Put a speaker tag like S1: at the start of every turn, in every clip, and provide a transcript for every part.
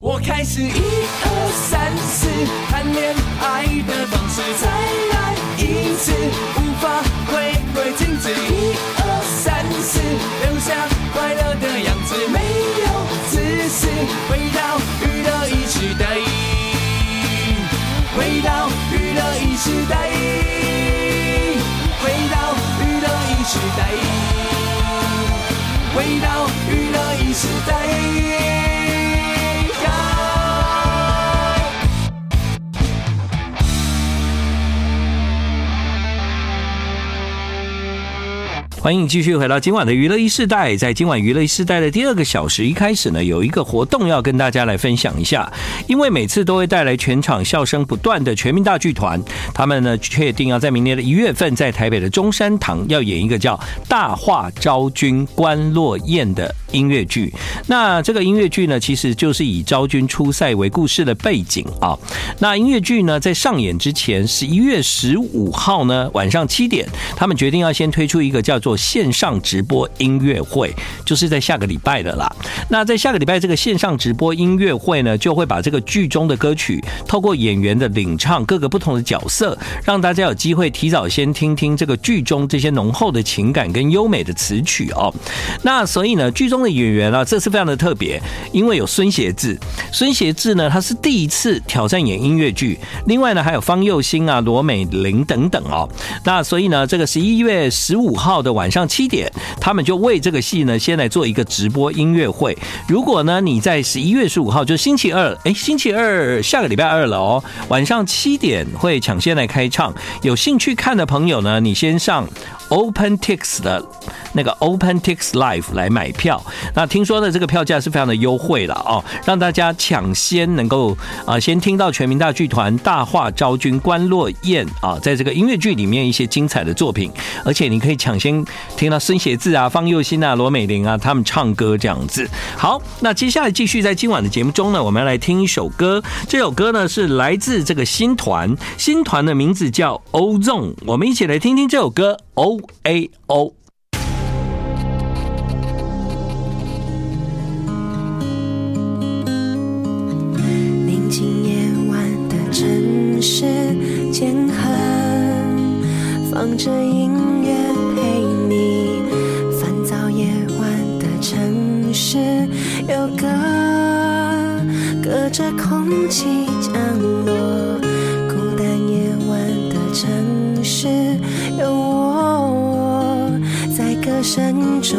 S1: 我开始一二三四谈恋爱的方式，再来一次，无法回归静止。一二三四，留下快乐的样子，没有自私，回到娱乐一时代，回到娱乐一时代，回到娱乐一时代。回到娱乐一时代。
S2: 欢迎继续回到今晚的娱乐一世代，在今晚娱乐一世代的第二个小时一开始呢，有一个活动要跟大家来分享一下，因为每次都会带来全场笑声不断的全民大剧团，他们呢确定要在明年的一月份在台北的中山堂要演一个叫《大话昭君观落雁》的音乐剧。那这个音乐剧呢，其实就是以昭君出塞为故事的背景啊。那音乐剧呢，在上演之前，十一月十啊五号呢晚上七点，他们决定要先推出一个叫做线上直播音乐会，就是在下个礼拜的啦。那在下个礼拜这个线上直播音乐会呢，就会把这个剧中的歌曲，透过演员的领唱各个不同的角色，让大家有机会提早先听听这个剧中这些浓厚的情感跟优美的词曲哦。那所以呢，剧中的演员啊，这次非常的特别，因为有孙协志，孙协志呢，他是第一次挑战演音乐剧，另外呢，还有方佑兴啊、罗美玲等等哦。那所以呢，这个十一月十五号的晚上七点，他们就为这个戏呢，先来做一个直播音乐会。如果呢，你在十一月十五号，就星期二，哎，星期二下个礼拜二了哦，晚上七点会抢先来开唱。有兴趣看的朋友呢，你先上 OpenTix 的那个 OpenTix Live 来买票。那听说呢，这个票价是非常的优惠了哦，让大家抢先能够啊、先听到全民大剧团《大话昭君观落雁》啊，在这个音乐剧里面一些精彩的作品，而且你可以抢先听到孙协志啊、方佑兴啊、罗美玲啊他们唱歌这样子。好，那接下来继续在今晚的节目中呢，我们要来听一首歌，这首歌呢是来自这个新团，新团的名字叫 Ozone，我们一起来听听这首歌 O A O。
S3: 宁静夜晚的城市间痕，放着音乐陪你。烦躁夜晚的城市有歌，隔着空气降落。孤单夜晚的城市有我，在歌声中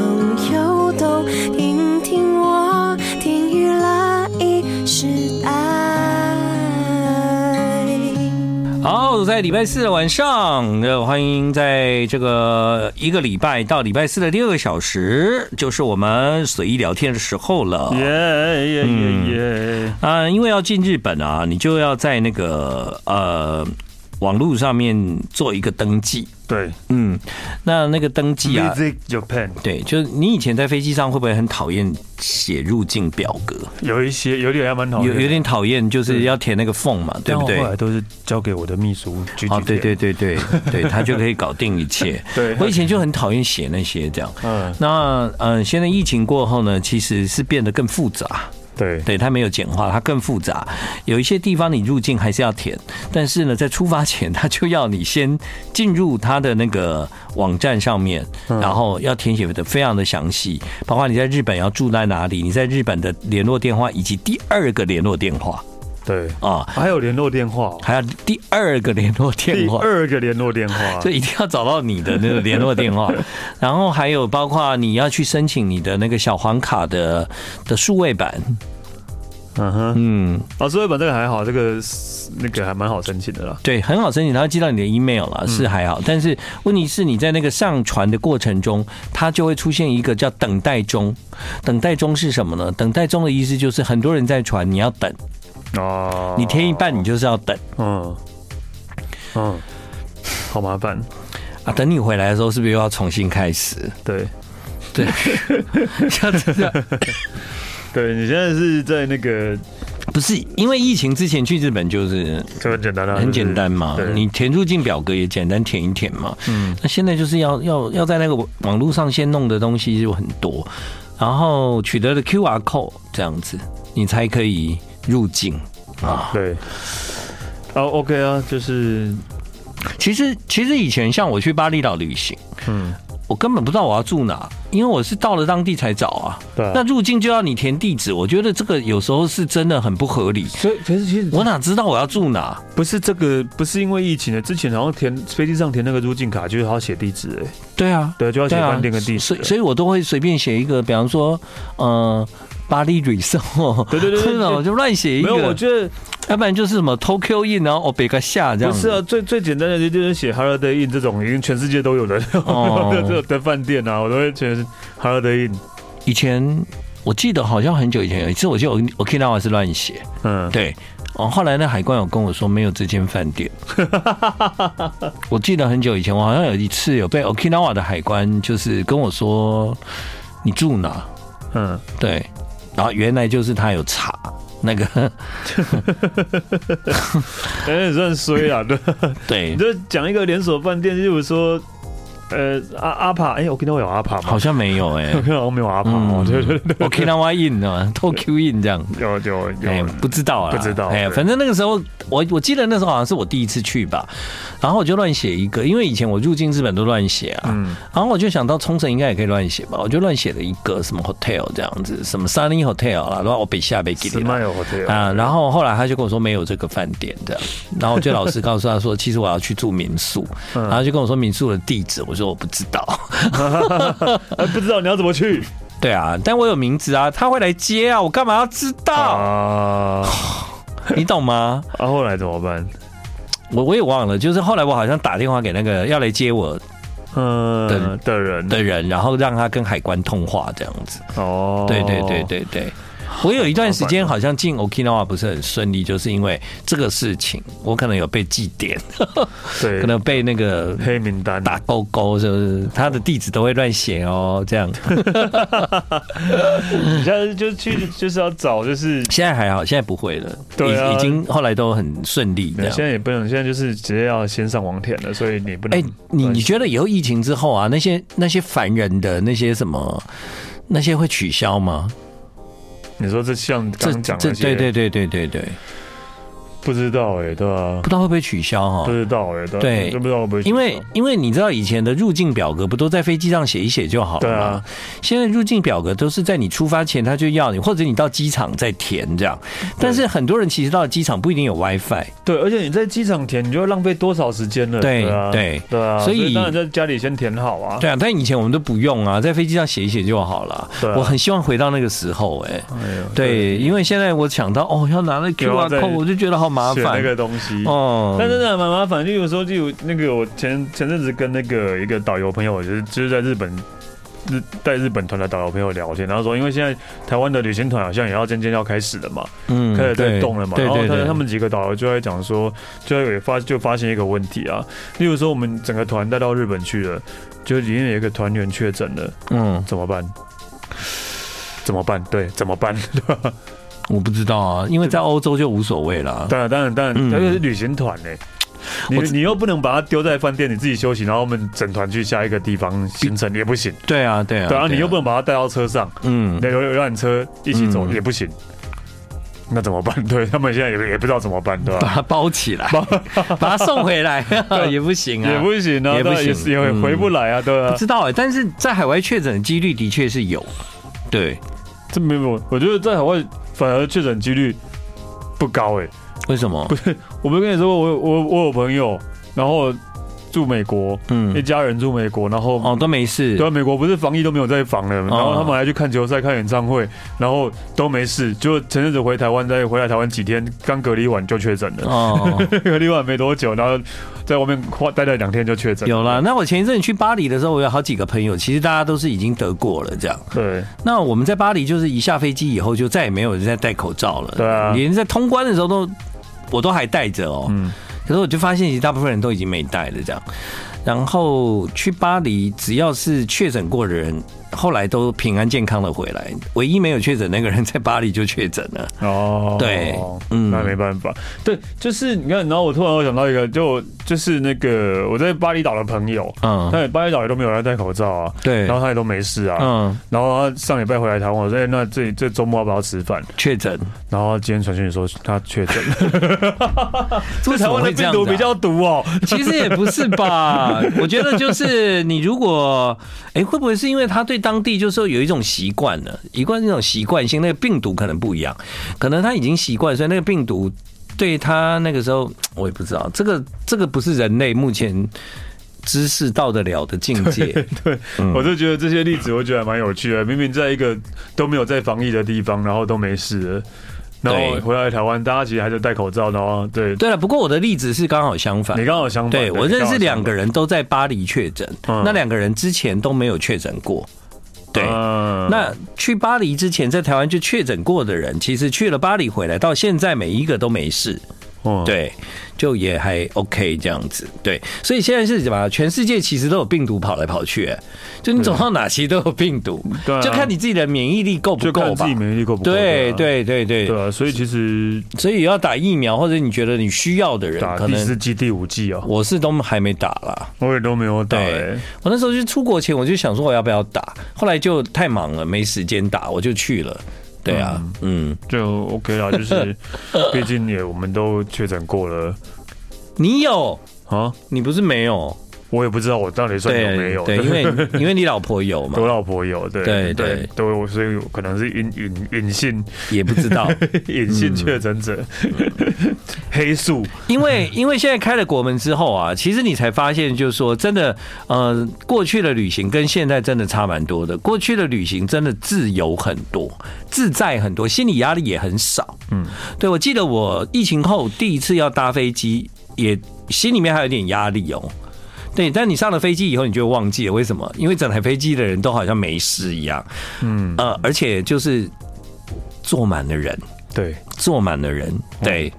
S3: 游动，听听我，听娱乐一时代。
S2: 好，在礼拜四的晚上，呃，欢迎在这个一个礼拜到礼拜四的第二个小时，就是我们随意聊天的时候了。
S4: 耶耶耶耶！
S2: 啊、因为要进日本啊，你就要在那个呃网络上面做一个登记。
S4: 对
S2: 嗯，那那个登记啊，
S4: ，Music Japan
S2: 对，就是你以前在飞机上会不会很讨厌写入境表格？
S4: 有一些有点还蛮讨
S2: 有
S4: 厌的，
S2: 有点讨厌，就是要填那个缝嘛，对
S4: 但
S2: 不
S4: 我
S2: 对？
S4: 后来都是交给我的秘书去
S2: 哦，对对对对对，他就可以搞定一切。
S4: 对
S2: 我以前就很讨厌写那些这样。
S4: 嗯
S2: 那嗯、呃，现在疫情过后呢，其实是变得更复杂。
S4: 对
S2: 对，它没有简化，它更复杂。有一些地方你入境还是要填，但是呢，在出发前他就要你先进入他的那个网站上面，
S4: 嗯
S2: 然后要填写的非常的详细，包括你在日本要住在哪里，你在日本的联络电话以及第二个联络电话
S4: 对，
S2: 啊，
S4: 还有联络电话哦，
S2: 还有第二个联络电
S4: 第
S2: 话。
S4: 二个联络电话
S2: 所，以一定要找到你的那个联络电 话，然后还有包括你要去申请你的那个小黄卡的的数位版，
S4: 嗯哼，
S2: 嗯，
S4: 啊，所以本这个还好，这个那个还蛮好申请的啦。
S2: 对，很好申请，它会寄到你的 email 了，是还好，但是问题是你在那个上传的过程中，它就会出现一个叫等待中，等待中是什么呢？等待中的意思就是很多人在传，你要等，
S4: 哦，
S2: 你填一半你就是要等
S4: 嗯嗯，好麻烦，
S2: 啊，等你回来的时候是不是又要重新开始？
S4: 对
S2: 对，像 这样。啊
S4: 对，你现在是在那个
S2: 不是因为疫情之前去日本就是
S4: 就很简单啦，
S2: 很简单嘛
S4: 啊就是，对
S2: 你填入境表格也简单填一填嘛。嗯，那现在就是要要要在那个网络上先弄的东西就很多，然后取得了 QR code 这样子，你才可以入境。
S4: 啊
S2: 啊
S4: 对。哦、o k 啊，就是
S2: 其实其实以前像我去巴厘岛旅行，
S4: 嗯，
S2: 我根本不知道我要住哪，因为我是到了当地才找啊。
S4: 对啊
S2: 那入境就要你填地址，我觉得这个有时候是真的很不合理。
S4: 所以可是其实
S2: 我哪知道我要住哪？
S4: 不是这个，不是因为疫情的，之前好像填飞机上填那个入境卡，就是要写地址、哎，
S2: 对啊，
S4: 对，就要写
S2: 对啊
S4: 饭店跟地，址
S2: 所以，所以我都会随便写一个，比方说，呃，巴黎 resort，
S4: 对对对对
S2: 真的我就乱写一
S4: 没
S2: 个，
S4: 有，我觉得
S2: 要不然就是什么 Tokyo in，然后 Obega 下这样
S4: 不
S2: 子，
S4: 是啊，最最简单的就是写 Holiday Inn 这种，已经全世界都 有的
S2: 哦
S4: 这种的饭店啊，我都会觉得是 Holiday Inn，
S2: 以前我记得好像很久以前有一次，我记得我 Okinawa 是乱写，
S4: 嗯，
S2: 对，哦，后来那海关有跟我说没有这间饭店。 我记得很久以前，我好像有一次有被 Okinawa 的海关就是跟我说你住哪，
S4: 嗯，
S2: 对，然后原来就是他有查那个，
S4: 感觉也算衰 啊，对，
S2: 对
S4: 你，就讲一个连锁饭店，例如说，呃，阿阿帕，哎、我看到有阿帕吗
S2: 好？像没有哎、
S4: 我看到没有阿帕哦，
S2: 嗯
S4: 对对对，
S2: Okinawa in 啊，Tokyo in 这样。
S4: 有有
S2: 哎、
S4: 有，
S2: 不知道啊，
S4: 不知道
S2: 哎、
S4: 对
S2: 反正那个时候，我我记得那时候好像是我第一次去吧，然后我就乱写一个，因为以前我入境日本都乱写啊，
S4: 嗯
S2: 然后我就想到冲绳应该也可以乱写吧，我就乱写了一个什么 hotel 这样子，什么 sunny hotel 啦，然后我北下北给你啦
S4: ，Smile Hotel，
S2: 啊，然后后来他就跟我说没有这个饭店这样，然后我就老实告诉他说，其实我要去住民宿，
S4: 嗯
S2: 然后就跟我说民宿的地址，我说我不知道，
S4: 哎，不知道你要怎么去
S2: 对啊，但我有名字啊，他会来接啊，我干嘛要知道？
S4: 啊？
S2: 你懂吗？
S4: 啊，后来怎么办？
S2: 我我也忘了，就是后来我好像打电话给那个要来接我
S4: 嗯，的人，
S2: 的呃人，然后让他跟海关通话这样子。
S4: 哦，
S2: 对对对，对对。我有一段时间好像进 Okinawa 不是很顺利，就是因为这个事情，我可能有被祭奠，
S4: 对，
S2: 可能被那个
S4: 黑名单
S2: 打勾勾，是不是？他的地址都会乱写哦，这 样。
S4: 你下次就去就是要找，就是
S2: 现在还好，现在不会了，
S4: 对啊
S2: 已已经后来都很顺利这
S4: 现
S2: 样。
S4: 在也不能，现在就是直接要先上网舔了，所以你不能。
S2: 哎、你你觉得以后疫情之后啊，那些那些烦人的那些什么，那些会取消吗？
S4: 你说这像
S2: 这
S4: 刚刚讲
S2: 这
S4: 那些，
S2: 对对，对对对对，
S4: 不知道哎，对吧
S2: 不？知道会不会取消
S4: 不
S2: 哈？
S4: 知道哎，啊
S2: 哦对
S4: 就不知道会不会取消。
S2: 因为因为你知道以前的入境表格不都在飞机上写一写就好了
S4: 对
S2: 吗？
S4: 啊
S2: 现在入境表格都是在你出发前他就要你，或者你到机场再填这样。但是很多人其实到了机场不一定有 WiFi，
S4: 对，而且你在机场舔，你就会浪费多少时间了？
S2: 对
S4: 啊
S2: 对
S4: 对啊，
S2: 所以
S4: 当然在家里先舔好啊。
S2: 对啊，但以前我们都不用啊，在飞机上写一写就好了。
S4: 对啊
S2: 我很希望回到那个时候、哎。
S4: 哎呦，
S2: 对，因为现在我想到哦，要拿那
S4: 又要
S2: QR
S4: 再
S2: code，我就觉得好麻
S4: 选
S2: 烦
S4: 那。个东西。
S2: 哦，
S4: 但真的还蛮麻烦，就有时候就有那个我前前阵子跟那个一个导游朋友，就是就是在日本日带日本团的导游朋友聊天，然后说因为现在台湾的旅行团好像也要渐渐要开始了嘛，
S2: 嗯
S4: 开始在
S2: 对
S4: 动了嘛，
S2: 对
S4: 然后
S2: 对
S4: 他
S2: 对，
S4: 他们几个导游就在讲说，就在有发就发现一个问题啊，例如说我们整个团带到日本去了，就里面有一个团员确诊了，
S2: 嗯，
S4: 怎么办？怎么办？对，怎么办？对吧？
S2: 我不知道啊，因为在欧洲就无所谓了。
S4: 当然，当然，当然，
S2: 嗯
S4: 而且是旅行团呢、你
S2: 我
S4: 你又不能把它丢在饭店，你自己休息，然后我们整团去下一个地方行程也不行。
S2: 对啊，对啊，
S4: 对啊，你又不
S2: 能
S4: 能把它带到车上，
S2: 嗯
S4: 那游游览车一起走
S2: 嗯
S4: 也不行。那怎么办？ 对他们现在也也不知道怎么办，对
S2: 把
S4: 吧？
S2: 它包起 来， 把它送回来也不行啊，
S4: 也不行啊，
S2: 也不
S4: 对啊也
S2: 行
S4: 是也回
S2: 嗯
S4: 回不来啊，对啊
S2: 不。知道哎，但是在海外确诊的几率的确是有，对，
S4: 这没有，我觉得在海外反而确诊几率不高诶。
S2: 为什么？
S4: 我不是跟 你说过，我有我我有朋友，然后住美国，一
S2: 嗯，
S4: 家人住美国，然后
S2: 哦，都没事
S4: 对，啊，美国不是防疫都没有在防了，然
S2: 哦
S4: 后他们还去看球赛、看演唱会，然后都没事。就前阵子回台湾，再回来台湾几天，刚隔离完就确诊了，
S2: 哦。
S4: 隔离完没多久，然后在外面花待了两天就确诊。
S2: 有啦，，那我前一阵去巴黎的时候，我有好几个朋友，其实大家都是已经得过了这样。
S4: 对，
S2: 那我们在巴黎就是一下飞机以后就再也没有人在戴口罩了，
S4: 对啊
S2: 连在通关的时候都我都还戴着哦。
S4: 嗯，
S2: 可是我就发现，其实大部分人都已经没戴了这样。然后去巴黎，只要是确诊过的人，后来都平安健康的回来，唯一没有确诊那个人在巴黎就确诊了。
S4: 哦，
S2: 对嗯
S4: 那没办法。对，就是你看，然后我突然我想到一个，就就是那个我在巴厘岛的朋友，
S2: 嗯，
S4: 他也巴厘岛也都没有人戴口罩啊，
S2: 对
S4: 然，后他也都没事啊。
S2: 嗯，
S4: 然后他上礼拜回来台湾，我说：“哎、那这这周末要不要吃饭
S2: 确诊，？”
S4: 然后今天传讯说他确诊了，
S2: 为什
S4: 台
S2: 么
S4: 湾的
S2: 会这
S4: 病
S2: 样子
S4: 毒
S2: 啊
S4: 比较毒哦。
S2: 其实也不是吧，我觉得就是你如果，哎、会不会是因为他对当地就是说有一种习惯呢？一贯那种习惯性，那个病毒可能不一样，可能他已经习惯，所以那个病毒对他那个时候，我也不知道，这个这个不是人类目前知识到得了的境界。嗯
S4: 我就觉得这些例子，我觉得还蛮有趣的。明明在一个都没有在防疫的地方，然后都没事了，然后
S2: 对
S4: 回来台湾，大家其实还在戴口罩，然后对，
S2: 对了，不过我的例子是刚好相反
S4: 你。刚好相反。
S2: 对，我
S4: 你刚
S2: 认
S4: 好
S2: 识
S4: 相
S2: 两个
S4: 反，
S2: 人都在巴黎确诊，
S4: 嗯
S2: 那两个人之前都没有确诊过。对，
S4: 嗯
S2: 那去巴黎之前在台湾就确诊过的人，其实去了巴黎回来到现在每一个都没事，
S4: 嗯，
S2: 对，就也还 OK 这样子，对，所以现在是什么？全世界其实都有病毒跑来跑去、欸就你走到哪其实都有病毒，
S4: 对啊
S2: 就看你自己的免疫力够不
S4: 就
S2: 够
S4: 看自
S2: 吧
S4: 己。免疫力够不够。
S2: 对
S4: 啊
S2: 对对对，
S4: 对啊，所以其实
S2: 所以要打疫苗，或者你觉得你需要的人，
S4: 打
S2: 可
S4: 第
S2: 能
S4: 四季、第五季哦，
S2: 我是都还没打啦。
S4: 我也都没有打、
S2: 对
S4: 欸。，
S2: 我那时候就出国前我就想说我要不要打，后来就太忙了没时间打，我就去了。对啊，嗯
S4: 就 OK 啦，就是 毕竟也我们都确诊过了
S2: 你有，
S4: 啊，
S2: 你不是没有？
S4: 我也不知道我到底算有没有，
S2: 对，因为 因为你老婆有
S4: 我
S2: 嘛，
S4: 老婆有，对啊
S2: 对对
S4: 对，我所以可能是隐隐隐性
S2: 也不知道， 嗯
S4: 隐性确诊者，黑素，
S2: 因为因为现在开了国门之后啊，其实你才发现，就是说真的，呃，过去的旅行跟现在真的差蛮多的。过去的旅行真的自由很多，自在很多，心理压力也很少。嗯，对，我记得我疫情后第一次要搭飞机，也心里面还有点压力哦。对，但你上了飞机以后，你就会忘记了为什么？因为整台飞机的人都好像没事一样。嗯，呃，而且就是坐满了人，
S4: 对，
S2: 坐满了人，
S4: 嗯
S2: 对，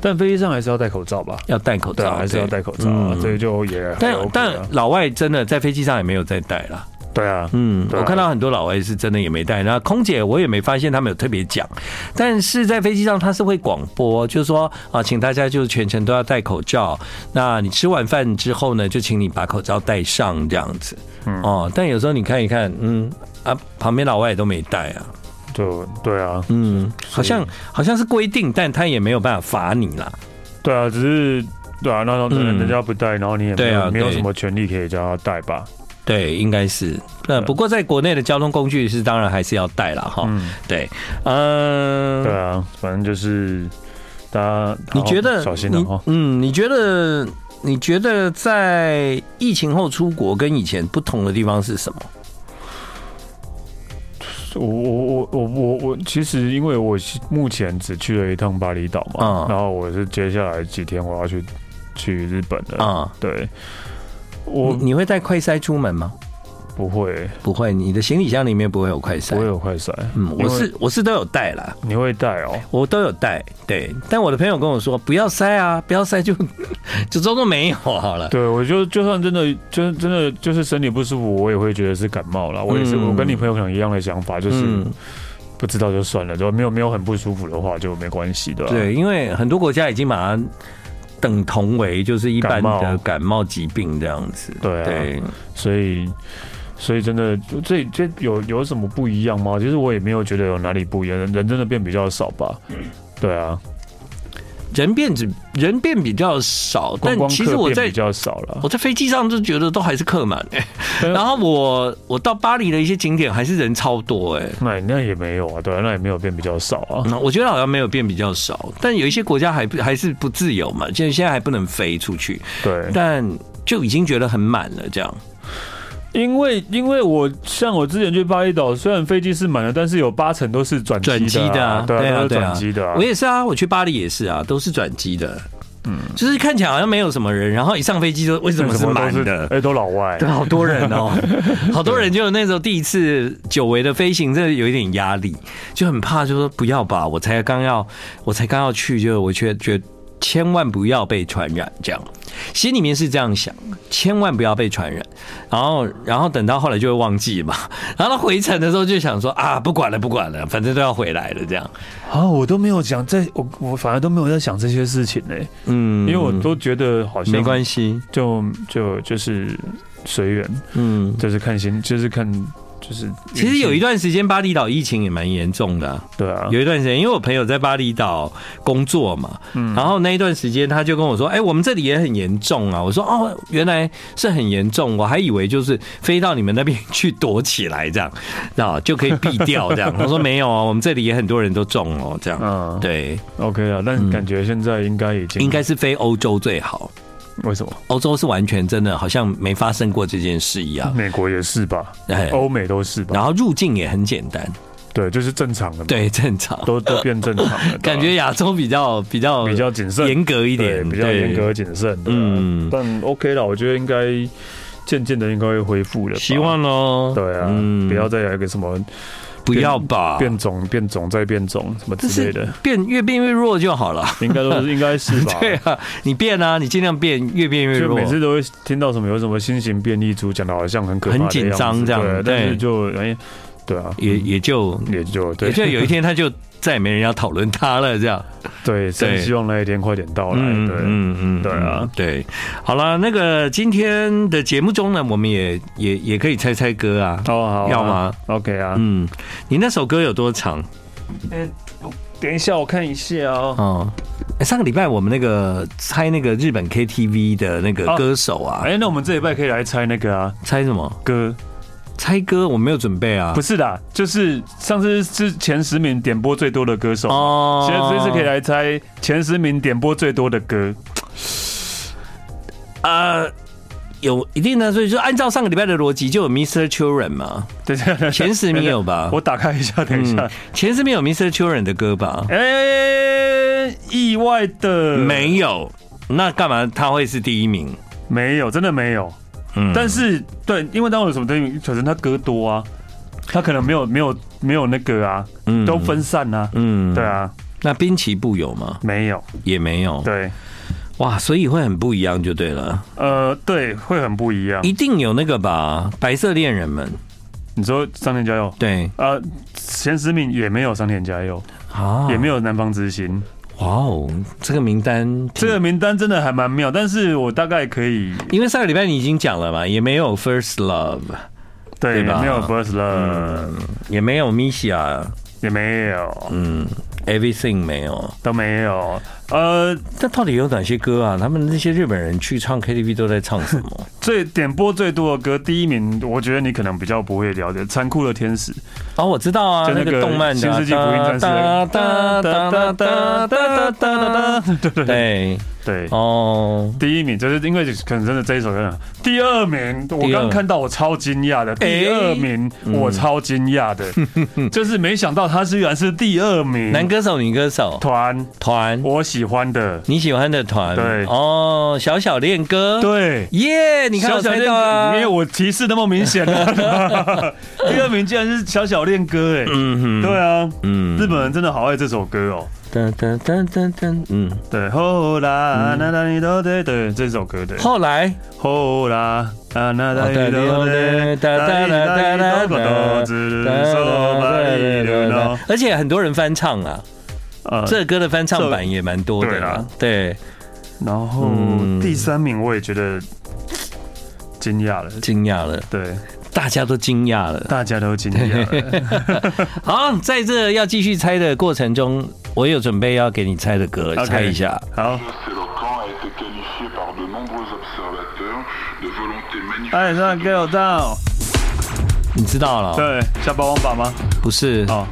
S4: 但飞机上还是要戴口罩吧？
S2: 要戴口
S4: 对
S2: 罩，
S4: 啊，还是要
S2: 对嗯
S4: 戴口罩啊，所以就也还
S2: 但
S4: OK 啊
S2: 但老外真的在飞机上也没有在戴啦。
S4: 对啊，
S2: 嗯，
S4: 对啊
S2: 我看到很多老外是真的也没戴。那空姐我也没发现他们有特别讲，但是在飞机上他是会广播，就是说啊，请大家就是全程都要戴口罩。那你吃完饭之后呢，就请你把口罩戴上这样子。
S4: 嗯
S2: 哦，但有时候你看一看，嗯啊，旁边老外也都没戴啊。
S4: 就对啊，
S2: 嗯，好像好像是规定，但他也没有办法罚你啦。
S4: 对啊，只是对啊，那时候
S2: 嗯
S4: 人家不戴，然后你也没
S2: 对啊
S4: 有没有
S2: 对
S4: 什么权利可以叫他戴吧？
S2: 对，应该是。那不过在国内的交通工具是当然还是要带了哈。
S4: 嗯，
S2: 对，嗯、
S4: 对啊，反正就是大家
S2: 你
S4: 好
S2: 觉得
S4: 小心哦
S2: 你
S4: 了哈。
S2: 嗯，你觉得你觉得在疫情后出国跟以前不同的地方是什么？
S4: 我我我我我我，其实因为我目前只去了一趟巴厘岛
S2: 嗯
S4: 嘛，然后我是接下来几天我要去去日本了。
S2: 啊、
S4: 对，我
S2: 你你会带快塞出门吗？
S4: 不会，
S2: 不会，你的行李箱里面不会有快塞
S4: 不。会有快闪。
S2: 嗯，
S4: 因
S2: 我
S4: 为
S2: 是我是都有带啦，
S4: 你会带哦。
S2: 我都有带，对。但我的朋友跟我说，不要塞啊，不要塞就 就装作没有好了。
S4: 对，我就就算真的，就真的就是身体不舒服，我也会觉得是感冒啦。我也是，
S2: 嗯
S4: 我跟你朋友可能一样的想法，就是
S2: 嗯，
S4: 不知道就算了，就没有没有很不舒服的话就没关系的。啊
S2: 对，因为很多国家已经把它等同为就是一般
S4: 感冒
S2: 的感冒疾病这样子。
S4: 对啊
S2: 对，
S4: 所以所以真的，就这这有有什么不一样吗？其实我也没有觉得有哪里不一样，人人真的变比较少吧。对啊，
S2: 人变只人变比较少，
S4: 观
S2: 但
S4: 光
S2: 其实
S4: 客
S2: 我
S4: 变
S2: 在
S4: 比较少了
S2: 我。在飞机上就觉得都还是客 满、欸，
S4: 对啊
S2: 然后我我到巴黎的一些景点还是人超多哎、欸
S4: 那那也没有啊，对啊，那也没有变比较少啊。
S2: 嗯我觉得好像没有变比较少，但有一些国家还不还是不自由嘛，现在现在还不能飞出去，
S4: 对，
S2: 但就已经觉得很满了这样。
S4: 因为因为我像我之前去巴厘岛，虽然飞机是满的，但是有八成都是转
S2: 转机
S4: 机
S2: 的
S4: 的
S2: 啊
S4: 啊，，对啊，都是
S2: 对
S4: 转机的啊
S2: 我。也是啊，我去巴黎也是啊，都是转机的。嗯，就是看起来好像没有什么人，然后一上飞机就为什么是满
S4: 为什么
S2: 的
S4: 都是？哎，都老外
S2: 对，。好多人 哦，好多人就那时候第一次久违的飞行，真的有一点压力，就很怕，就说不要吧，我才刚要，我才刚要去，就我却觉千万不要被传染，这样心里面是这样想，千万不要被传染。然后，然后等到后来就会忘记嘛。然后他回程的时候就想说啊，不管了，不管了，反正都要回来了，这样。
S4: 啊，我都没有讲，在我我反而都没有在想这些事情呢、欸
S2: 嗯，
S4: 因为我都觉得好像
S2: 没关系。
S4: 就就就是随缘，
S2: 嗯，
S4: 就是看心，就是看就是。
S2: 其实有一段时间巴厘岛疫情也蛮严重的啊、
S4: 对啊，
S2: 有一段时间，因为我朋友在巴厘岛工作嘛，
S4: 嗯
S2: 然后那一段时间他就跟我说：“哎、我们这里也很严重啊。”我说：“哦，原来是很严重，我还以为就是飞到你们那边去躲起来这样，那就可以避掉这样。”他说：“没有啊，我们这里也很多人都中哦，这样。
S4: 嗯，
S2: 对，
S4: ，OK 啊，但
S2: 嗯
S4: 感觉现在应该已经
S2: 应该是飞欧洲最好，
S4: 为什么？
S2: 欧洲是完全真的好像没发生过这件事一样。
S4: 美国也是吧，
S2: 哎，
S4: 欧美都是吧，
S2: 啊然后入境也很简单，
S4: 对，就是正常的嘛，
S2: 对，正常。
S4: 都都变正常了，对吧 啊
S2: 感觉亚洲比较比较
S4: 比较谨慎，
S2: 严格一点，
S4: 对比较
S2: 对
S4: 严格谨慎，嗯
S2: 嗯，
S4: 但 OK 了，我觉得应该渐渐的应该会恢复了吧，
S2: 希望嗯喽。
S4: 对啊，不要再有一个什么
S2: 不要吧，
S4: 变种、变种再变种什么
S2: 就
S4: 之类
S2: 啊是
S4: 的，
S2: 变越变越弱就好了。
S4: 应该都是应该是吧。
S2: 对啊，你变啊，你尽量变，越变越
S4: 就
S2: 弱
S4: 每。次都会听到什么有什么新型变异株，讲的好像很可怕的
S2: 很紧张
S4: 样子
S2: 这样对
S4: 对但是就哎，对啊，
S2: 也也就
S4: 也就对
S2: 也就有一天，他就再也没人要讨论他了，这样。
S4: 对，真
S2: 对
S4: 希望那一天快点到来。
S2: 嗯
S4: 对，
S2: 嗯嗯，
S4: 对啊
S2: 嗯，对。好了，那个今天的节目中呢，我们也也也可以猜猜歌啊，
S4: 哦好啊，
S2: 要吗
S4: ？OK 啊，
S2: 嗯，你那首歌有多长？
S4: 等一下我看一下哦。
S2: 哦，哎上个礼拜我们那个猜那个日本 KTV 的那个
S4: 哦
S2: 歌手啊，
S4: 哎，那我们这一拜可以来猜那个啊
S2: 猜什么？
S4: 歌，
S2: 猜歌我没有准备啊
S4: 不。是的，就是上次是前十名点播最多的歌手，
S2: 哦
S4: 现在这次可以来猜前十名点播最多的歌。
S2: 呃，有一定的，所以说按照上个礼拜的逻辑，就有 Mr. Children 嘛，
S4: 等一下，等一下
S2: 前十名有吧？
S4: 我打开一下，等一下
S2: 嗯。，前十名有 Mr. Children 的歌吧？
S4: 哎、意外的
S2: 嗯没有，那干嘛他会是第一名？
S4: 没有，真的没有。
S2: 嗯，
S4: 但是对，因为当我有什么东西，可能他歌多啊，他可能没有没有没有那个啊，
S2: 嗯
S4: 都分散啊。
S2: 嗯
S4: 对。啊，
S2: 那滨崎步有吗？
S4: 没有。
S2: 也没有。
S4: 对，
S2: 哇，所以会很不一样就对了，
S4: 呃，对，会很不一样。
S2: 一定有那个吧？白色恋人们，
S4: 你说上天加油。
S2: 对
S4: 呃，前十名也没有上天加油，
S2: 啊
S4: 也没有南方之星。
S2: 哇哦，这个名单，
S4: 这个名单真的还蛮妙，但是我大概可以
S2: 因为上个礼拜你已经讲了嘛，也没有 First Love，
S4: 对，
S2: 对吧
S4: 没有 First Love，、
S2: 也没有 Misha，
S4: 也没有，
S2: 嗯，Everything 没有。
S4: 都没有。呃，
S2: 那到底有哪些歌啊？他们那些日本人去唱 KTV 都在唱什么？
S4: 最点播最多的歌，第一名，我觉得你可能比较不会了解，《残酷的天使》
S2: 哦，我知道啊，
S4: 就那
S2: 那
S4: 个
S2: 个动漫的啊
S4: 新世纪福音战士
S2: 哒 哒哒哒哒哒哒哒。
S4: 对对对
S2: 对，
S4: 对。
S2: 哦，
S4: 第一名就是因为可能真的这一首歌很。第二名，我刚看到我超惊讶的。第二名，我超惊讶
S2: 嗯
S4: 的，就是没想到他居然是第二名。
S2: 男歌手、女歌手
S4: 团，
S2: 团，
S4: 我喜欢的，
S2: 你喜欢的团，
S4: 对
S2: 哦，小小恋歌，，
S4: 对。
S2: 耶，啊你看我
S4: 小
S2: 猜
S4: 恋
S2: 到啊，
S4: 因为我提示那么明 显了。第二名竟然是小小恋歌，哎，
S2: 嗯哼，
S4: 对啊，
S2: 嗯
S4: 日本人真的好爱这首歌哦。
S2: 噔噔噔噔噔，嗯，
S4: 对，吼啦，那那你都得对这首歌的，
S2: 后来
S4: 吼啦，啊那那你都得，哒哒哒哒哒哒，只手把你留到，
S2: 而且很多人翻唱啊，
S4: 呃，
S2: 这歌的翻唱版也蛮多的啦。对，
S4: 然后第三名我也觉得惊讶了，
S2: 惊讶了，
S4: 对，
S2: 大家都惊讶了。
S4: 大家都惊讶了，
S2: 好，在这要继续猜的过程中，我有准备要给你猜的歌，
S4: OK
S2: 猜一下。
S4: 好。
S5: Ocelocan a été qualifié par de nombreux observateurs de volonté magnifique.
S4: 哎，那给我到，
S2: 你知道了？
S4: 对，下霸王榜吗？
S2: 不是
S4: 哦，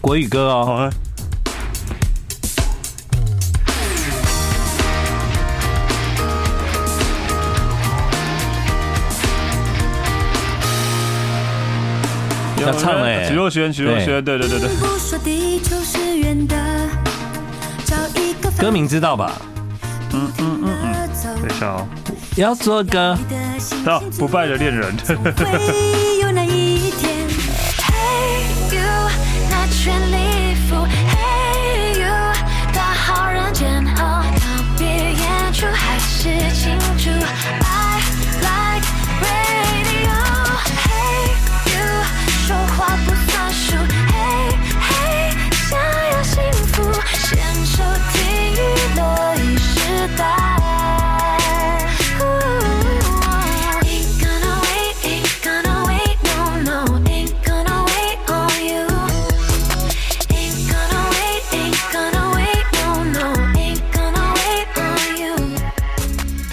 S2: 国语歌哦，
S4: 好，啊
S2: 要唱了哎
S4: 许。若瑄，许若瑄，对对对对，
S3: 不说地球是圆的，找一个
S2: 歌名知道吧？
S3: 嗯嗯嗯嗯，走
S4: 等一下哦，
S2: 要做歌，
S4: 到不败的恋人，
S3: 会有那一天。
S6: Hey you，那全力以赴。Hey you，大好人间哦，他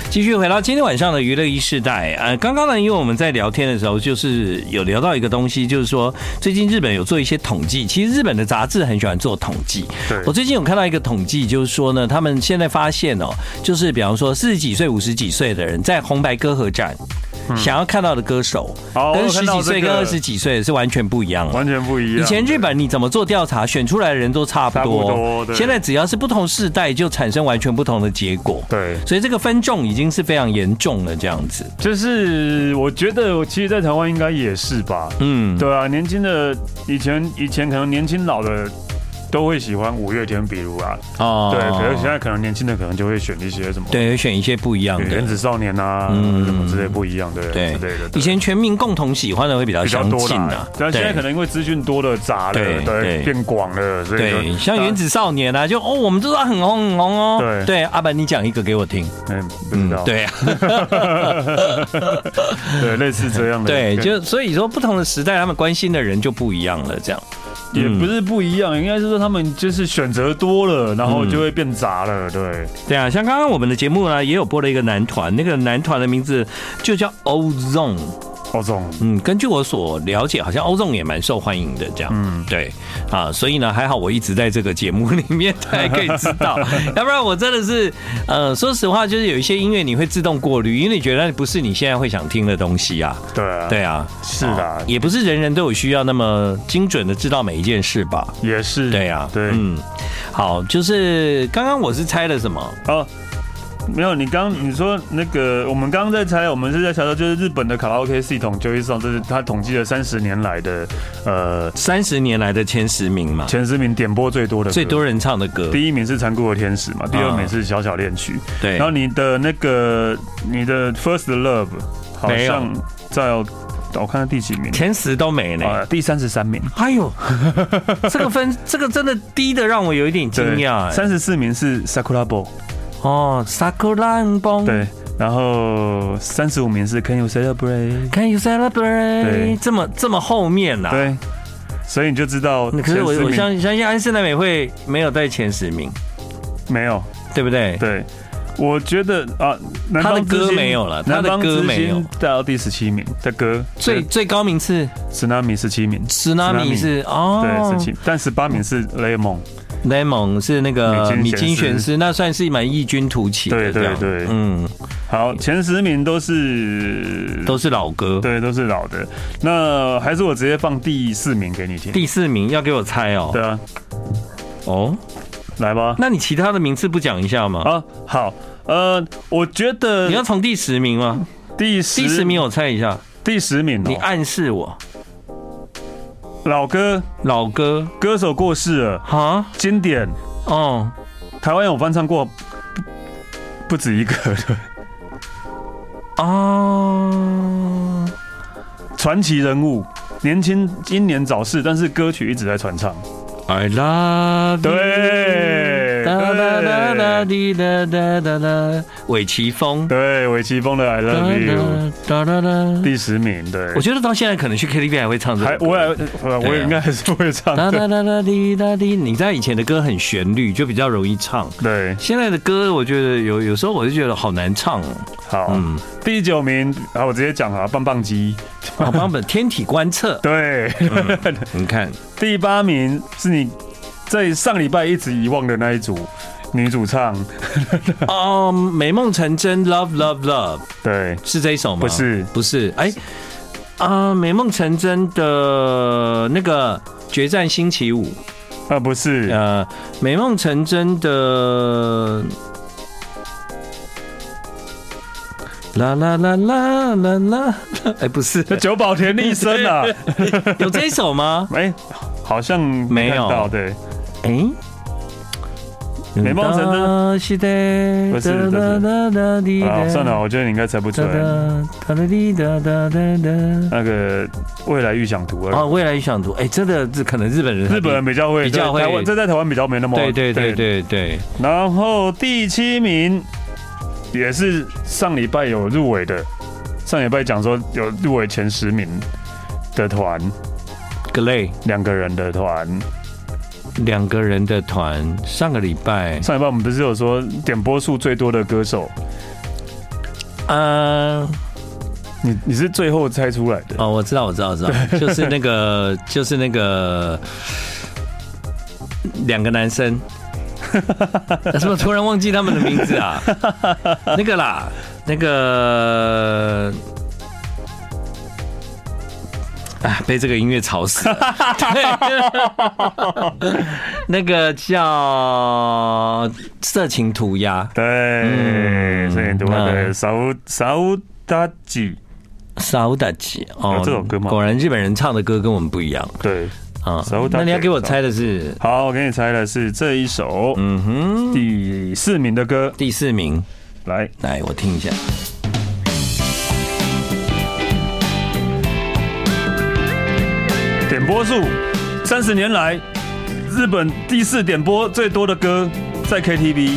S2: 继续回到今天晚上的娱乐一世代，呃，刚刚呢，因为我们在聊天的时候，就是有聊到一个东西，就是说最近日本有做一些统计，其实日本的杂志很喜欢做统计。
S4: 对
S2: 我最近有看到一个统计，就是说呢，他们现在发现哦，就是比方说四十几岁、五十几岁的人在红白歌合战。想要看到的歌手，
S4: 嗯哦我
S2: 跟
S4: 有
S2: 十
S4: 看到
S2: 几岁
S4: 这
S2: 跟
S4: 个
S2: 二十几岁的是完全不一样的。
S4: 完全不一
S2: 以
S4: 样。
S2: 前日本你怎么做调查，选出来的人都差不多。
S4: 差不多对
S2: 现在只要是不同世代，就产生完全不同的结果。
S4: 对
S2: 所以这个分众已经是非常严重了，这样子。
S4: 就是我觉得，我其实，在台湾应该也是吧。
S2: 嗯，
S4: 对啊，年轻的以前以前可能年轻老的都会喜欢五月天，比如啊，
S2: 哦
S4: 对，可是现在可能年轻的可能就会选一些什么
S2: 对有选一些不一样的。
S4: 原子少年啊，
S2: 嗯
S4: 什么之类不一样的
S2: 对
S4: 之类的。，对
S2: 以前全民共同喜欢的会比较
S4: 比较
S2: 相
S4: 多
S2: 近
S4: 啦
S2: 啊，，
S4: 但现在可
S2: 对
S4: 能因为资讯多了、杂了，
S2: 对对
S4: 对，变广了，所以就
S2: 对，像原子少年啊，就哦，我们知道很红很红哦。
S4: 对
S2: 对，阿板你讲一个给我听。
S4: 嗯，不知道，
S2: 对啊，
S4: 对，类似这样的，
S2: 对，就所以说不同的时代，他们关心的人就不一样了，这样。
S4: 也
S2: 嗯
S4: 不是不一样，应该是说他们就是选择多了，然后
S2: 嗯
S4: 就会变杂了，对，
S2: 对啊，像刚刚我们的节目呢，也有播了一个男团，那个男团的名字就叫 Ozone。
S4: 哦，总
S2: 嗯，根据我所了解，好像 Ozone 也蛮受欢迎的，这样。嗯，对啊，所以呢，还好我一直在这个节目里面， 大家可以知道，要不然我真的是，呃，说实话，就是有一些音乐你会自动过滤，因为你觉得不是你现在会想听的东西啊。
S4: 对啊，
S2: 对啊，
S4: 是啦
S2: 啊也不是人人都有需要那么精准的知道每一件事吧。
S4: 也是，
S2: 对啊，
S4: 对，
S2: 嗯，好，就是刚刚我是猜了什么？
S4: 哦，没有，你刚你说那个，我们刚刚在猜，我们是在查到就是日本的卡拉 OK 系统，就一上，这是他统计了三十年来的呃
S2: 三十年来的前十名嘛，
S4: 前十名点播最多的歌
S2: 最多人唱的歌。
S4: 第一名是《残酷的天使》嘛，第二
S2: 啊
S4: 名是《小小恋曲》
S2: 对
S4: 然后你的那个你的 First Love 好
S2: 没有
S4: 像在哦我看看第几名
S2: 前十都没呢。
S4: 啊，第三十三名，
S2: 哎呦， 这个分这个真的低的让我有一点惊讶。哎
S4: 三十四名是 Sakura b o
S2: 哦，Sakura 崩，
S4: 对，然后三十五名是 Can You Celebrate，
S2: ，Can you
S4: 对
S2: celebrate？这么这么后面呐、啊？
S4: 对，所以你就知道
S2: 可
S4: 前
S2: 是我
S4: 十
S2: 我
S4: 名
S2: 相相信安室奈美惠没有在前十名，
S4: 没有，
S2: 对不对？
S4: 对。我觉得啊，南
S2: 他的
S4: 方之
S2: 歌
S4: 星
S2: 没有了他的
S4: 南方
S2: 歌
S4: 之
S2: 没有
S4: 星到第十七名的歌，
S2: 最
S4: 对
S2: 最高名次
S4: Tsunami 十七名，
S2: ，Tsunami 是哦
S4: 对，十七，但十八名是 Lemon，
S2: ，Lemon 是那个米
S4: 米津玄师
S2: 津玄师，那算是蛮异军突起的。
S4: 对对
S2: 这样
S4: 对
S2: 嗯，
S4: 好，前十名都是
S2: 都是老歌。
S4: 对，都是老的。那还是我直接放第四名给你听。
S2: 第四名要给我猜哦
S4: 对。啊，
S2: 哦，
S4: 来吧。
S2: 那你其他的名次不讲一下吗？
S4: 啊，好，呃，我觉得
S2: 你要从第十名吗？
S4: 第十
S2: 第十名，我猜一下，
S4: 第十名
S2: 你啊
S4: 哦，
S2: 暗示我
S4: 老歌
S2: 老歌
S4: 歌手过世了，
S2: 哈
S4: 经典，
S2: 哦，
S4: 台湾有翻唱过不不止一个， 对
S2: 哦，
S4: 传奇人物。年轻英年早逝，但是歌曲一直在传唱。
S2: I love you。
S4: 对
S2: 哒哒哒哒
S4: 对
S2: 滴哒哒哒哒，韦奇峰。
S4: 对，韦奇峰的《I
S2: 哒
S4: Love You》
S2: 哒哒哒哒。
S4: 第十名，对
S2: 我，觉得到现在可能去 KTV 还会唱这
S4: 还
S2: 个歌。
S4: 我也呃我也应该还是会唱
S2: 啊哒
S4: 的。
S2: 哒哒哒滴哒滴，你在以前的歌很旋律，就比较容易唱。
S4: 对，
S2: 现在的歌，我觉得有有时候我就觉得好难唱 哦。
S4: 好，
S2: 嗯，
S4: 第九名，好，我直接讲啊，棒棒鸡。
S2: 好，帮我们天体观测，
S4: 对，
S2: 嗯你看，
S4: 第八名是你在上礼拜一直遗忘的那一组女主唱，
S2: 哦，美梦成真，Love Love Love
S4: 对，
S2: 是这一首吗？
S4: 不是
S2: 不是，哎，啊、美梦成真的那个决战星期五，
S4: 啊，不是，
S2: 呃，美梦成真的。啦啦啦啦啦啦！ 哎，不是，
S4: 那久保田利 生啊，
S2: 有这一首 吗？
S4: 哎、好像
S2: 没有
S4: 看到，对，
S2: 哎，
S4: 美梦成
S2: 真是的，
S4: 不是不是好，算了，我觉得你应该猜不出
S2: 哒
S4: 来。
S2: 哒哒哒滴哒哒哒哒。
S4: 那个未来预想图
S2: 啊，
S4: 二，
S2: 未来预想图，哎，真的，这可能日本人，
S4: 呃日本人比较会，
S2: 比较
S4: 对台
S2: 会
S4: 湾这在台湾比较没那么，
S2: 对对对。对对，
S4: 然后第七名也是上礼拜有入围的，上礼拜讲说有入围前十名的团，
S2: g l a y
S4: 两个人的团。
S2: 两个人的团，上个礼拜
S4: 上礼拜我们不是有说点播数最多的歌手
S2: 嗯，
S4: 你你是最后猜出来的，
S2: 哦，我知道，我知道，我 知道，就是那个，就是那个两个男 生，怎么突然忘记他们的名字 啊？那个啦，那个。啊，被这个音乐吵死 了。对， 那个叫色情涂鸦，
S4: 对，所以你读那
S2: 嗯
S4: 个沙乌沙乌达吉，
S2: 萨乌达吉哦
S4: 有这首歌吗
S2: 果然日本人唱的歌跟我们不一样
S4: 对，
S2: 啊。
S4: Saudachi
S2: 那你要给我猜的是，
S4: 好，我给你猜的是这一首
S2: 嗯哼，
S4: 第四名的歌，
S2: 第四名，
S4: 来，
S2: 来我听一下。
S4: 点播数三十年来日本第四点播最多的歌，在 KTV。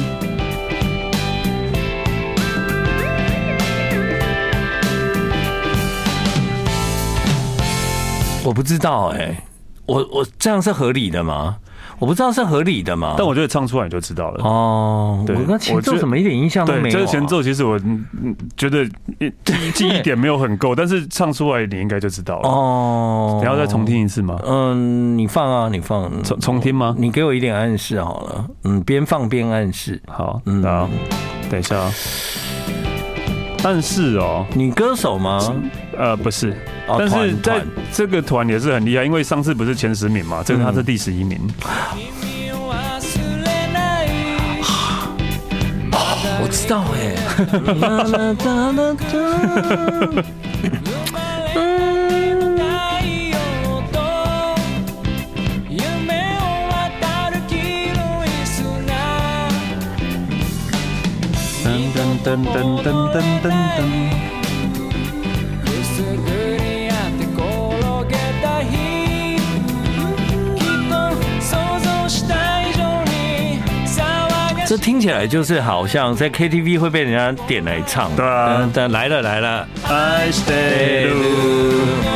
S2: 我不知道哎、我我这样是合理的吗？我不知道是合理的吗？
S4: 但我觉得唱出来你就知道了。
S2: 哦，
S4: 对
S2: 我跟前
S4: 我觉
S2: 奏
S4: 得
S2: 怎么一点印象都没
S4: 对，
S2: 有、
S4: 这
S2: 啊？
S4: 个前奏其实我嗯嗯觉得嗯记记忆点没有很够，但是唱出来你应该就知道了。
S2: 哦，
S4: 你要再重。听一次吗？
S2: 嗯，你放啊，你放，
S4: 重重听吗？
S2: 你给我一点暗示好了。嗯，边放边暗示。
S4: 好，
S2: 嗯
S4: 好，等一下啊。但是哦，
S2: 你歌手吗？
S4: 呃，不是，
S2: 哦
S4: 但是
S2: 团
S4: 在
S2: 团嗯
S4: 这个团也是很厉害，因为上次不是前十名嘛，这个他是第十一名。
S2: 我知道哎、
S4: 噔噔噔噔噔噔噔噔。
S2: 这听起来就是好像在 KTV 会被人家点来唱。嗯
S4: 对啊
S2: 但但来了来了。
S4: I stay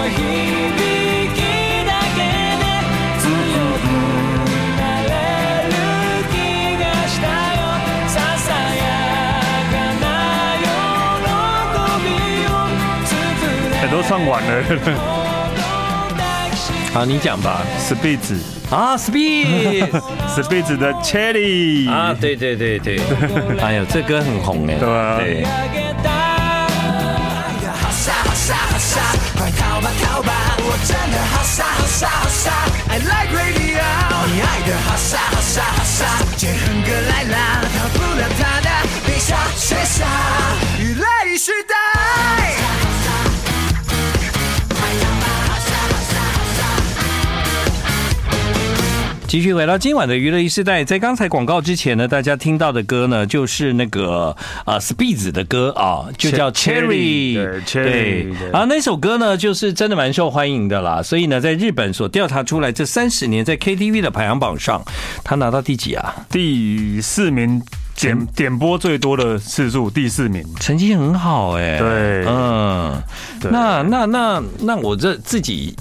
S4: 哎，都唱完了。
S2: 好，你讲吧。
S4: Spitz，Spitz
S2: 啊，Speed
S4: 的 Cherry
S2: 啊，对对对对， 哎呦，这歌很红哎，
S4: 对啊
S2: 继续回到今晚的娱乐一时代，在刚才广告之前呢，大家听到的歌呢，就是那个啊 Speeds 的歌啊，就叫 Cherry，
S4: Cherry，对，Cherry，对
S2: 啊，那首歌呢，就是真的蛮受欢迎的啦。所以呢，在日本所调查出来这三十年在 KTV 的排行榜上，他拿到第几啊？
S4: 第四名
S2: 嗯
S4: 点点播最多的次数，第四名。
S2: 成绩很好哎、
S4: 对
S2: 嗯，
S4: 对
S2: 那那那那我这自己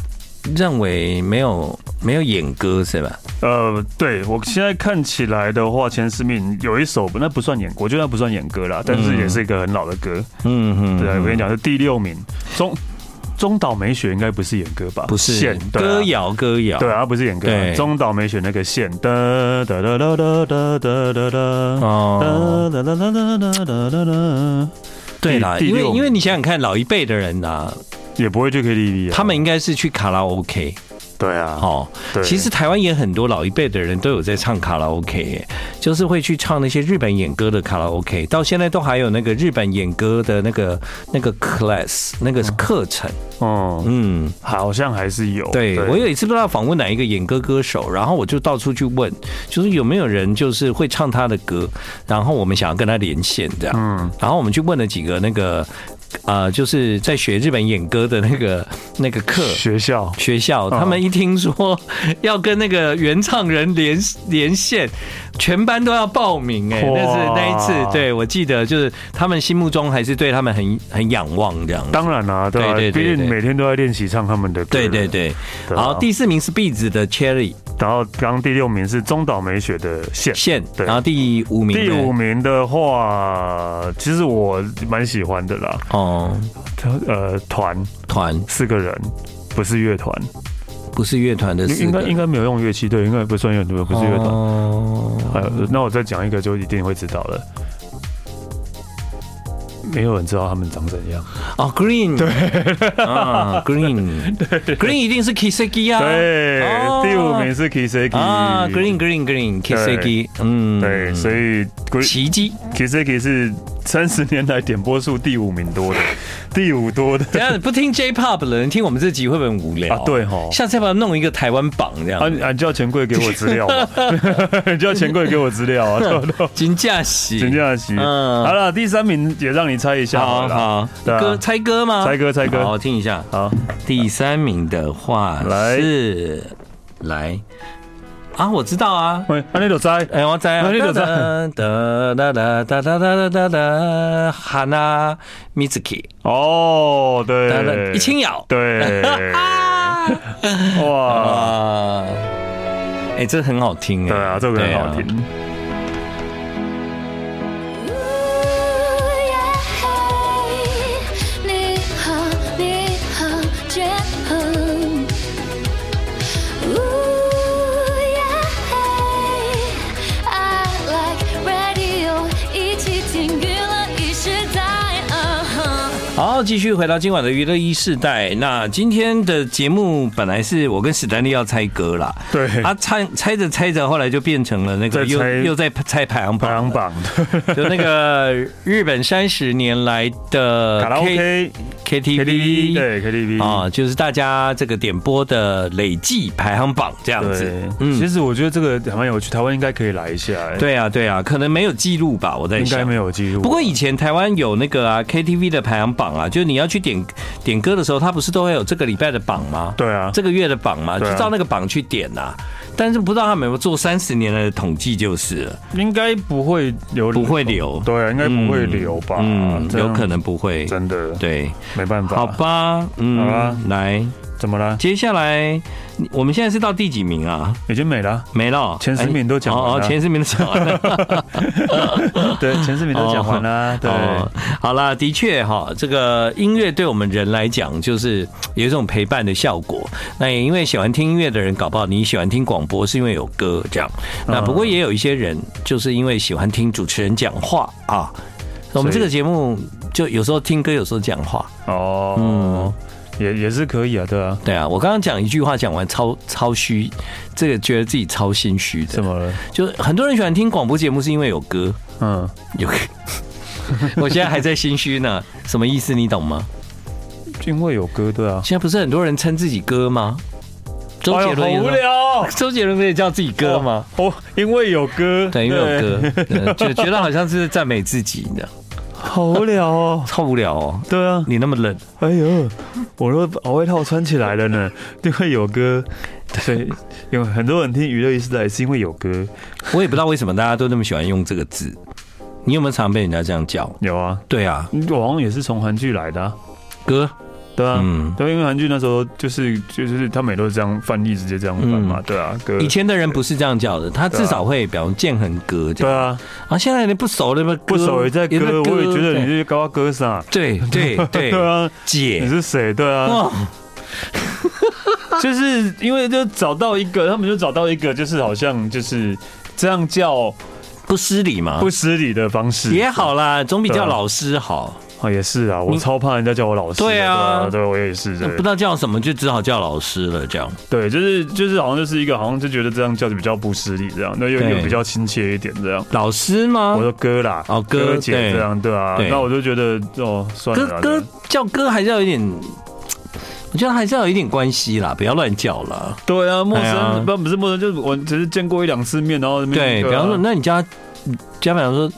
S2: 认为没有没有演歌是吧？
S4: 呃，对我现在看起来的话，前十名有一首那不算演，我觉得那不算演歌啦，但是也是一个很老的歌。
S2: 嗯哼，
S4: 对啊，我跟你讲是第六名，中中岛美雪应该不是演歌吧？
S2: 不是
S4: 线
S2: 歌。谣歌谣，
S4: 啊对啊对啊，不是演歌
S2: 对
S4: 啊，中岛美雪那个线，哒哒哒哒哒哒哒哒哒，
S2: 哦，
S4: 哒哒哒哒哒哒哒哒，
S2: 对啦，
S4: 第
S2: 因为
S4: 六名
S2: 因为你想想看，老一辈的人呐、啊，
S4: 也不会去 KTV 啊。
S2: 他们应该是去卡拉 OK
S4: 对啊，
S2: 哦。
S4: 对
S2: 其实台湾也很多老一辈的人都有在唱卡拉 OK，耶就是会去唱那些日本演歌的卡拉 OK，到现在都还有那个日本演歌的那个那个 class 那个课程。
S4: 嗯，
S2: 嗯，
S4: 好像还是有。
S2: 对我有一次不知道访问哪一个演歌歌手，然后我就到处去问，就是有没有人就是会唱他的歌，然后我们想要跟他连线这样。
S4: 嗯，
S2: 然后我们去问了几个那个，呃，就是在学日本演歌的那个 那个课
S4: 学校
S2: 学校，
S4: 嗯
S2: 他们一听说要跟那个原唱人连连线，全班都要报名哎、
S4: 哇
S2: 那是那一次，对我记得就是他们心目中还是对他们很很仰望这样子。
S4: 当然啦、对吧、
S2: 对对对
S4: 毕
S2: 对
S4: 竟每天都在练习唱他们的歌。
S2: 对对。对，
S4: 对啊
S2: 好，第四名是 Beats 的 Cherry
S4: 然后刚刚第六名是中岛美雪的《线》。
S2: 线，
S4: 对
S2: 然后第五名
S4: 第
S2: 的
S4: 五名的话，其实我蛮喜欢的啦。
S2: 哦
S4: 他呃，团
S2: 团
S4: 四个人，不是乐团，
S2: 不是乐团的四
S4: 应该
S2: 个，
S4: 应该没有用乐器，对，应该不算乐团，不是乐团。
S2: 哦
S4: 还有，那我再讲一个，就一定会知道了。没有人知道他们长怎样。
S2: 哦，Green，对，啊，Green，Green 一定是 Kiseki 啊，
S4: 对，
S2: 哦
S4: 第五名是 Kiseki
S2: 啊，Green Green Green Kiseki，嗯，
S4: 对，所以 Green-
S2: 奇迹，
S4: Kiseki 是三十年来点播数第五名多的，第五 多的。
S2: 等一下不听 J-Pop 的人听我们这集会不会很无聊
S4: 啊对吼
S2: 下次要不要弄一个台湾榜这
S4: 啊，
S2: 样？
S4: 你啊，你叫钱柜给我资料嘛， 你叫钱柜给我资料 啊，对不对？
S2: 金架喜，
S4: 陈嘉琪，
S2: 嗯
S4: 好了，第三名也让你猜一下啊好
S2: 好
S4: 了，
S2: 好，
S4: 对啊
S2: 歌猜歌吗？
S4: 猜歌猜歌
S2: 好，我听一下。
S4: 好，
S2: 第三名的话
S4: 来
S2: 是来啊，我知道啊。
S4: 喂，那你就猜，
S2: 哎，我猜啊，
S4: 那你就知
S2: 哒哒哒哒哒哒哒哒哒，哈娜米兹基，
S4: 哦，
S2: 哒哒
S4: 对，
S2: 一轻咬，
S4: 对，啊哇，
S2: 啊，哎，这很好听哎，
S4: 对啊，这个很好
S2: 对啊
S4: 听，
S6: 呀嘿，你好，你好，觉悟。呜呀嘿，I like radio，一起听娱乐一时代。啊哈
S2: 好，继续回到今晚的娱乐一世代。那今天的节目本来是我跟史丹利要猜歌啦，
S4: 对
S2: 他猜猜着猜着，后来就变成了那个
S4: 在
S2: 又
S4: 猜
S2: 又在猜排行
S4: 排行
S2: 榜，
S4: 榜
S2: 就那个日本三十年来的
S4: 卡拉 OK、
S2: K T
S4: KTV，
S2: V
S4: 对 KTV
S2: 啊，就是大家这个点播的累计排行榜这样子
S4: 对。，其
S2: 嗯，
S4: 实我觉得这个还蛮有趣，台湾应该可以来一下，哎，
S2: 对啊，对啊，可能没有记录吧，我在
S4: 应该
S2: 想
S4: 没。有记录，啊
S2: 不过以前台湾有那个啊 KTV 的排行榜啊，就是你要去点点歌的时候，它不是都会有这个礼拜的榜吗？
S4: 对啊，
S2: 这个月的榜嘛，就
S4: 对啊
S2: 照那个榜去点呐、但是不知道他们有没有做三十年来的统计，就是了，
S4: 应该不会留，
S2: 不会留
S4: 对啊，应该不会留吧？
S2: 嗯，
S4: 这样
S2: 有可能不会，
S4: 真的，
S2: 对，
S4: 没办法。
S2: 好，吧，
S4: 好啊
S2: 嗯，来，
S4: 怎么了？
S2: 接下来你我们现在是到第几名啊？
S4: 已经没了。
S2: 没了，
S4: 前十名都讲完了
S2: 哎哦哦，前十名都讲完 了，
S4: 对，前四名都讲完啦。对，
S2: 哦，好啦，的确哈，这个音乐对我们人来讲，就是有一种陪伴的效果。那也因为喜欢听音乐的人，搞不好你喜欢听广播是因为有歌这样。
S4: 嗯
S2: 那不过也有一些人，就是因为喜欢听主持人讲话啊。我们这个节目就有时候听歌，有时候讲话。
S4: 哦，
S2: 嗯
S4: 也也是可以啊，对啊。
S2: 对啊，我刚刚讲一句话讲完超超虚，这个觉得自己超心虚
S4: 怎
S2: 的。
S4: 么了？
S2: 就很多人喜欢听广播节目是因为有歌，
S4: 嗯，
S2: 有 歌。我现在还在心虚呢，什么意思？你懂吗？
S4: 因为有歌，对啊。
S2: 现在不是很多人称自己歌吗？周杰伦
S4: 哎呦
S2: 有
S4: 好无
S2: 吗、
S4: 聊哦
S2: 周杰伦不也叫自己歌吗？？
S4: 哦，因为有歌，
S2: 对，因为有歌， 嗯就觉得好像是赞美自己的，
S4: 好无聊哦。
S2: 超无聊哦。
S4: 对啊，
S2: 你那么冷，
S4: 哎呦，我都把外套穿起来了呢，因为有歌。对，有很多人听娱乐一时代是因为有歌，
S2: 我也不知道为什么大家都那么喜欢用这个字。你有没有常被人家这样叫？
S4: 有啊，
S2: 对啊，
S4: 我好像也是从韩剧来的、啊。
S2: 歌，
S4: 对啊，
S2: 嗯
S4: 对，因为韩剧那时候就是就是他们也都是这样翻译，直接这样翻嘛，对啊，哥，
S2: 嗯以前的人不是这样叫的，他至少会表扬建恒歌这
S4: 对
S2: 样。
S4: 啊，
S2: 啊，现在人不熟了嘛，
S4: 不熟也在
S2: 歌
S4: 哥，我也觉得你
S2: 是
S4: 是高哥啥，
S2: 对对 对
S4: 对啊，你
S2: 姐，
S4: 是谁？对啊，
S2: 哦
S4: 就是因为就找到一个，他们就找到一个，就是好像就是这样叫
S2: 不失礼嘛，
S4: 不失礼的方式
S2: 也好啦，总比
S4: 对
S2: 叫
S4: 啊
S2: 老师好。
S4: 啊，也是啊，我超怕人家叫我老师的，
S2: 对啊
S4: 对，我也 是，
S2: 那
S4: 对
S2: 不知道叫什么，就只好叫老师了。这样，
S4: 对，就是就是好像就是一个好像就觉得这样叫就比较不失礼这样，那又
S2: 对
S4: 又比较亲切一点这样。
S2: 老师吗
S4: 我？说哥啦，
S2: 哦哥
S4: 姐
S2: 对
S4: 这样对啊，
S2: 对
S4: 那我就觉得哦，算了
S2: 哥
S4: 啦，
S2: 哥叫哥还是要有一点，我觉得还是要有一点关系啦，不要乱叫啦。
S4: 对啊，陌
S2: 哎呀
S4: 生不不是陌生，就是我只是见过一两次面，然后那边
S2: 嗯对，比
S4: 啊
S2: 方说，那你叫他，家长说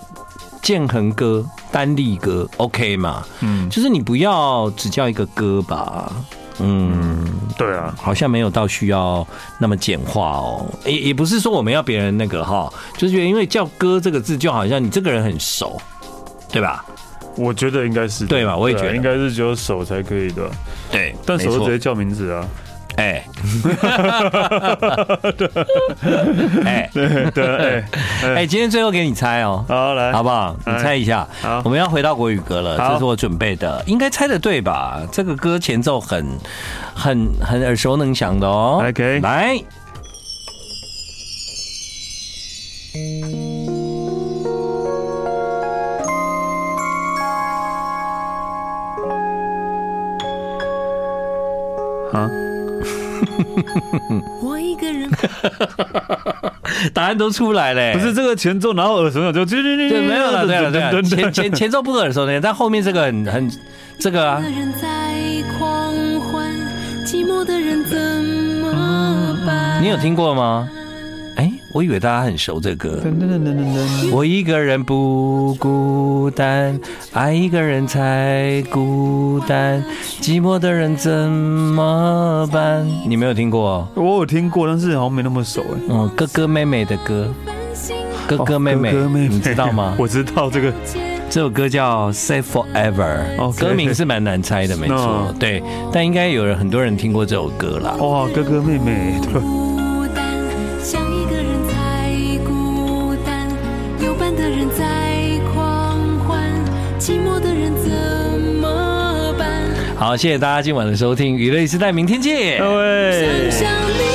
S2: 建恒哥、丹立哥，OK 嘛？
S4: 嗯，
S2: 就是你不要只叫一个哥吧，嗯，
S4: 对啊，
S2: 好像没有到需要那么简化哦，也也不是说我们要别人那个哈，就是觉得因为叫哥这个字，就好像你这个人很熟，对吧？
S4: 我觉得应该是
S2: 对嘛我也觉得
S4: 对啊应该是只有手才可以的，
S2: 对，
S4: 但手
S2: 没
S4: 就
S2: 错
S4: 直接叫名 字啊，
S2: 哎， 哎
S4: 对对，哎
S2: 哎，今天最后给你猜哦，
S4: 好 来，
S2: 好不好？你
S4: 哎
S2: 猜一下
S4: 好，
S2: 我们要回到国语歌了，
S4: 好
S2: 这是我准备的，应该猜的对吧？这个歌前奏很、很、很耳熟能详的哦。
S4: OK
S2: 来，
S4: 啊，
S3: 我一个人
S2: 答案都出来嘞。
S4: 不是这个前奏，然后耳熟能详，就
S2: 对，没有了，对了，对 了，前前
S4: 前
S2: 前奏不耳熟能，但后面这个很很这个啊
S3: 一个，人在狂欢，寂寞的人怎么办？
S2: 啊你有听过吗？哎，我以为大家很熟这歌。我一个人不孤单，爱一个人才孤单，寂寞的人怎么办？你没有听过？
S4: 我有听过，但是好像没那么熟哎。
S2: 嗯，哥哥妹妹的歌，哦哥哥妹妹，
S4: 哦哥哥妹妹，
S2: 你知道吗？
S4: 我知道这个，
S2: 这首歌叫《Say Forever》，
S4: 哦 OK
S2: 歌名是蛮难猜的，没错
S4: 嗯，
S2: 对，但应该有人很多人听过这首歌啦。
S4: 哇，哥哥妹妹，对，
S3: 孤单，想一个人才孤单，有伴的人在狂欢，寂寞的人怎么办？
S4: 哦
S2: 好，谢谢大家今晚的收听，娱乐时代，明天见。
S4: 各位。
S3: 想你。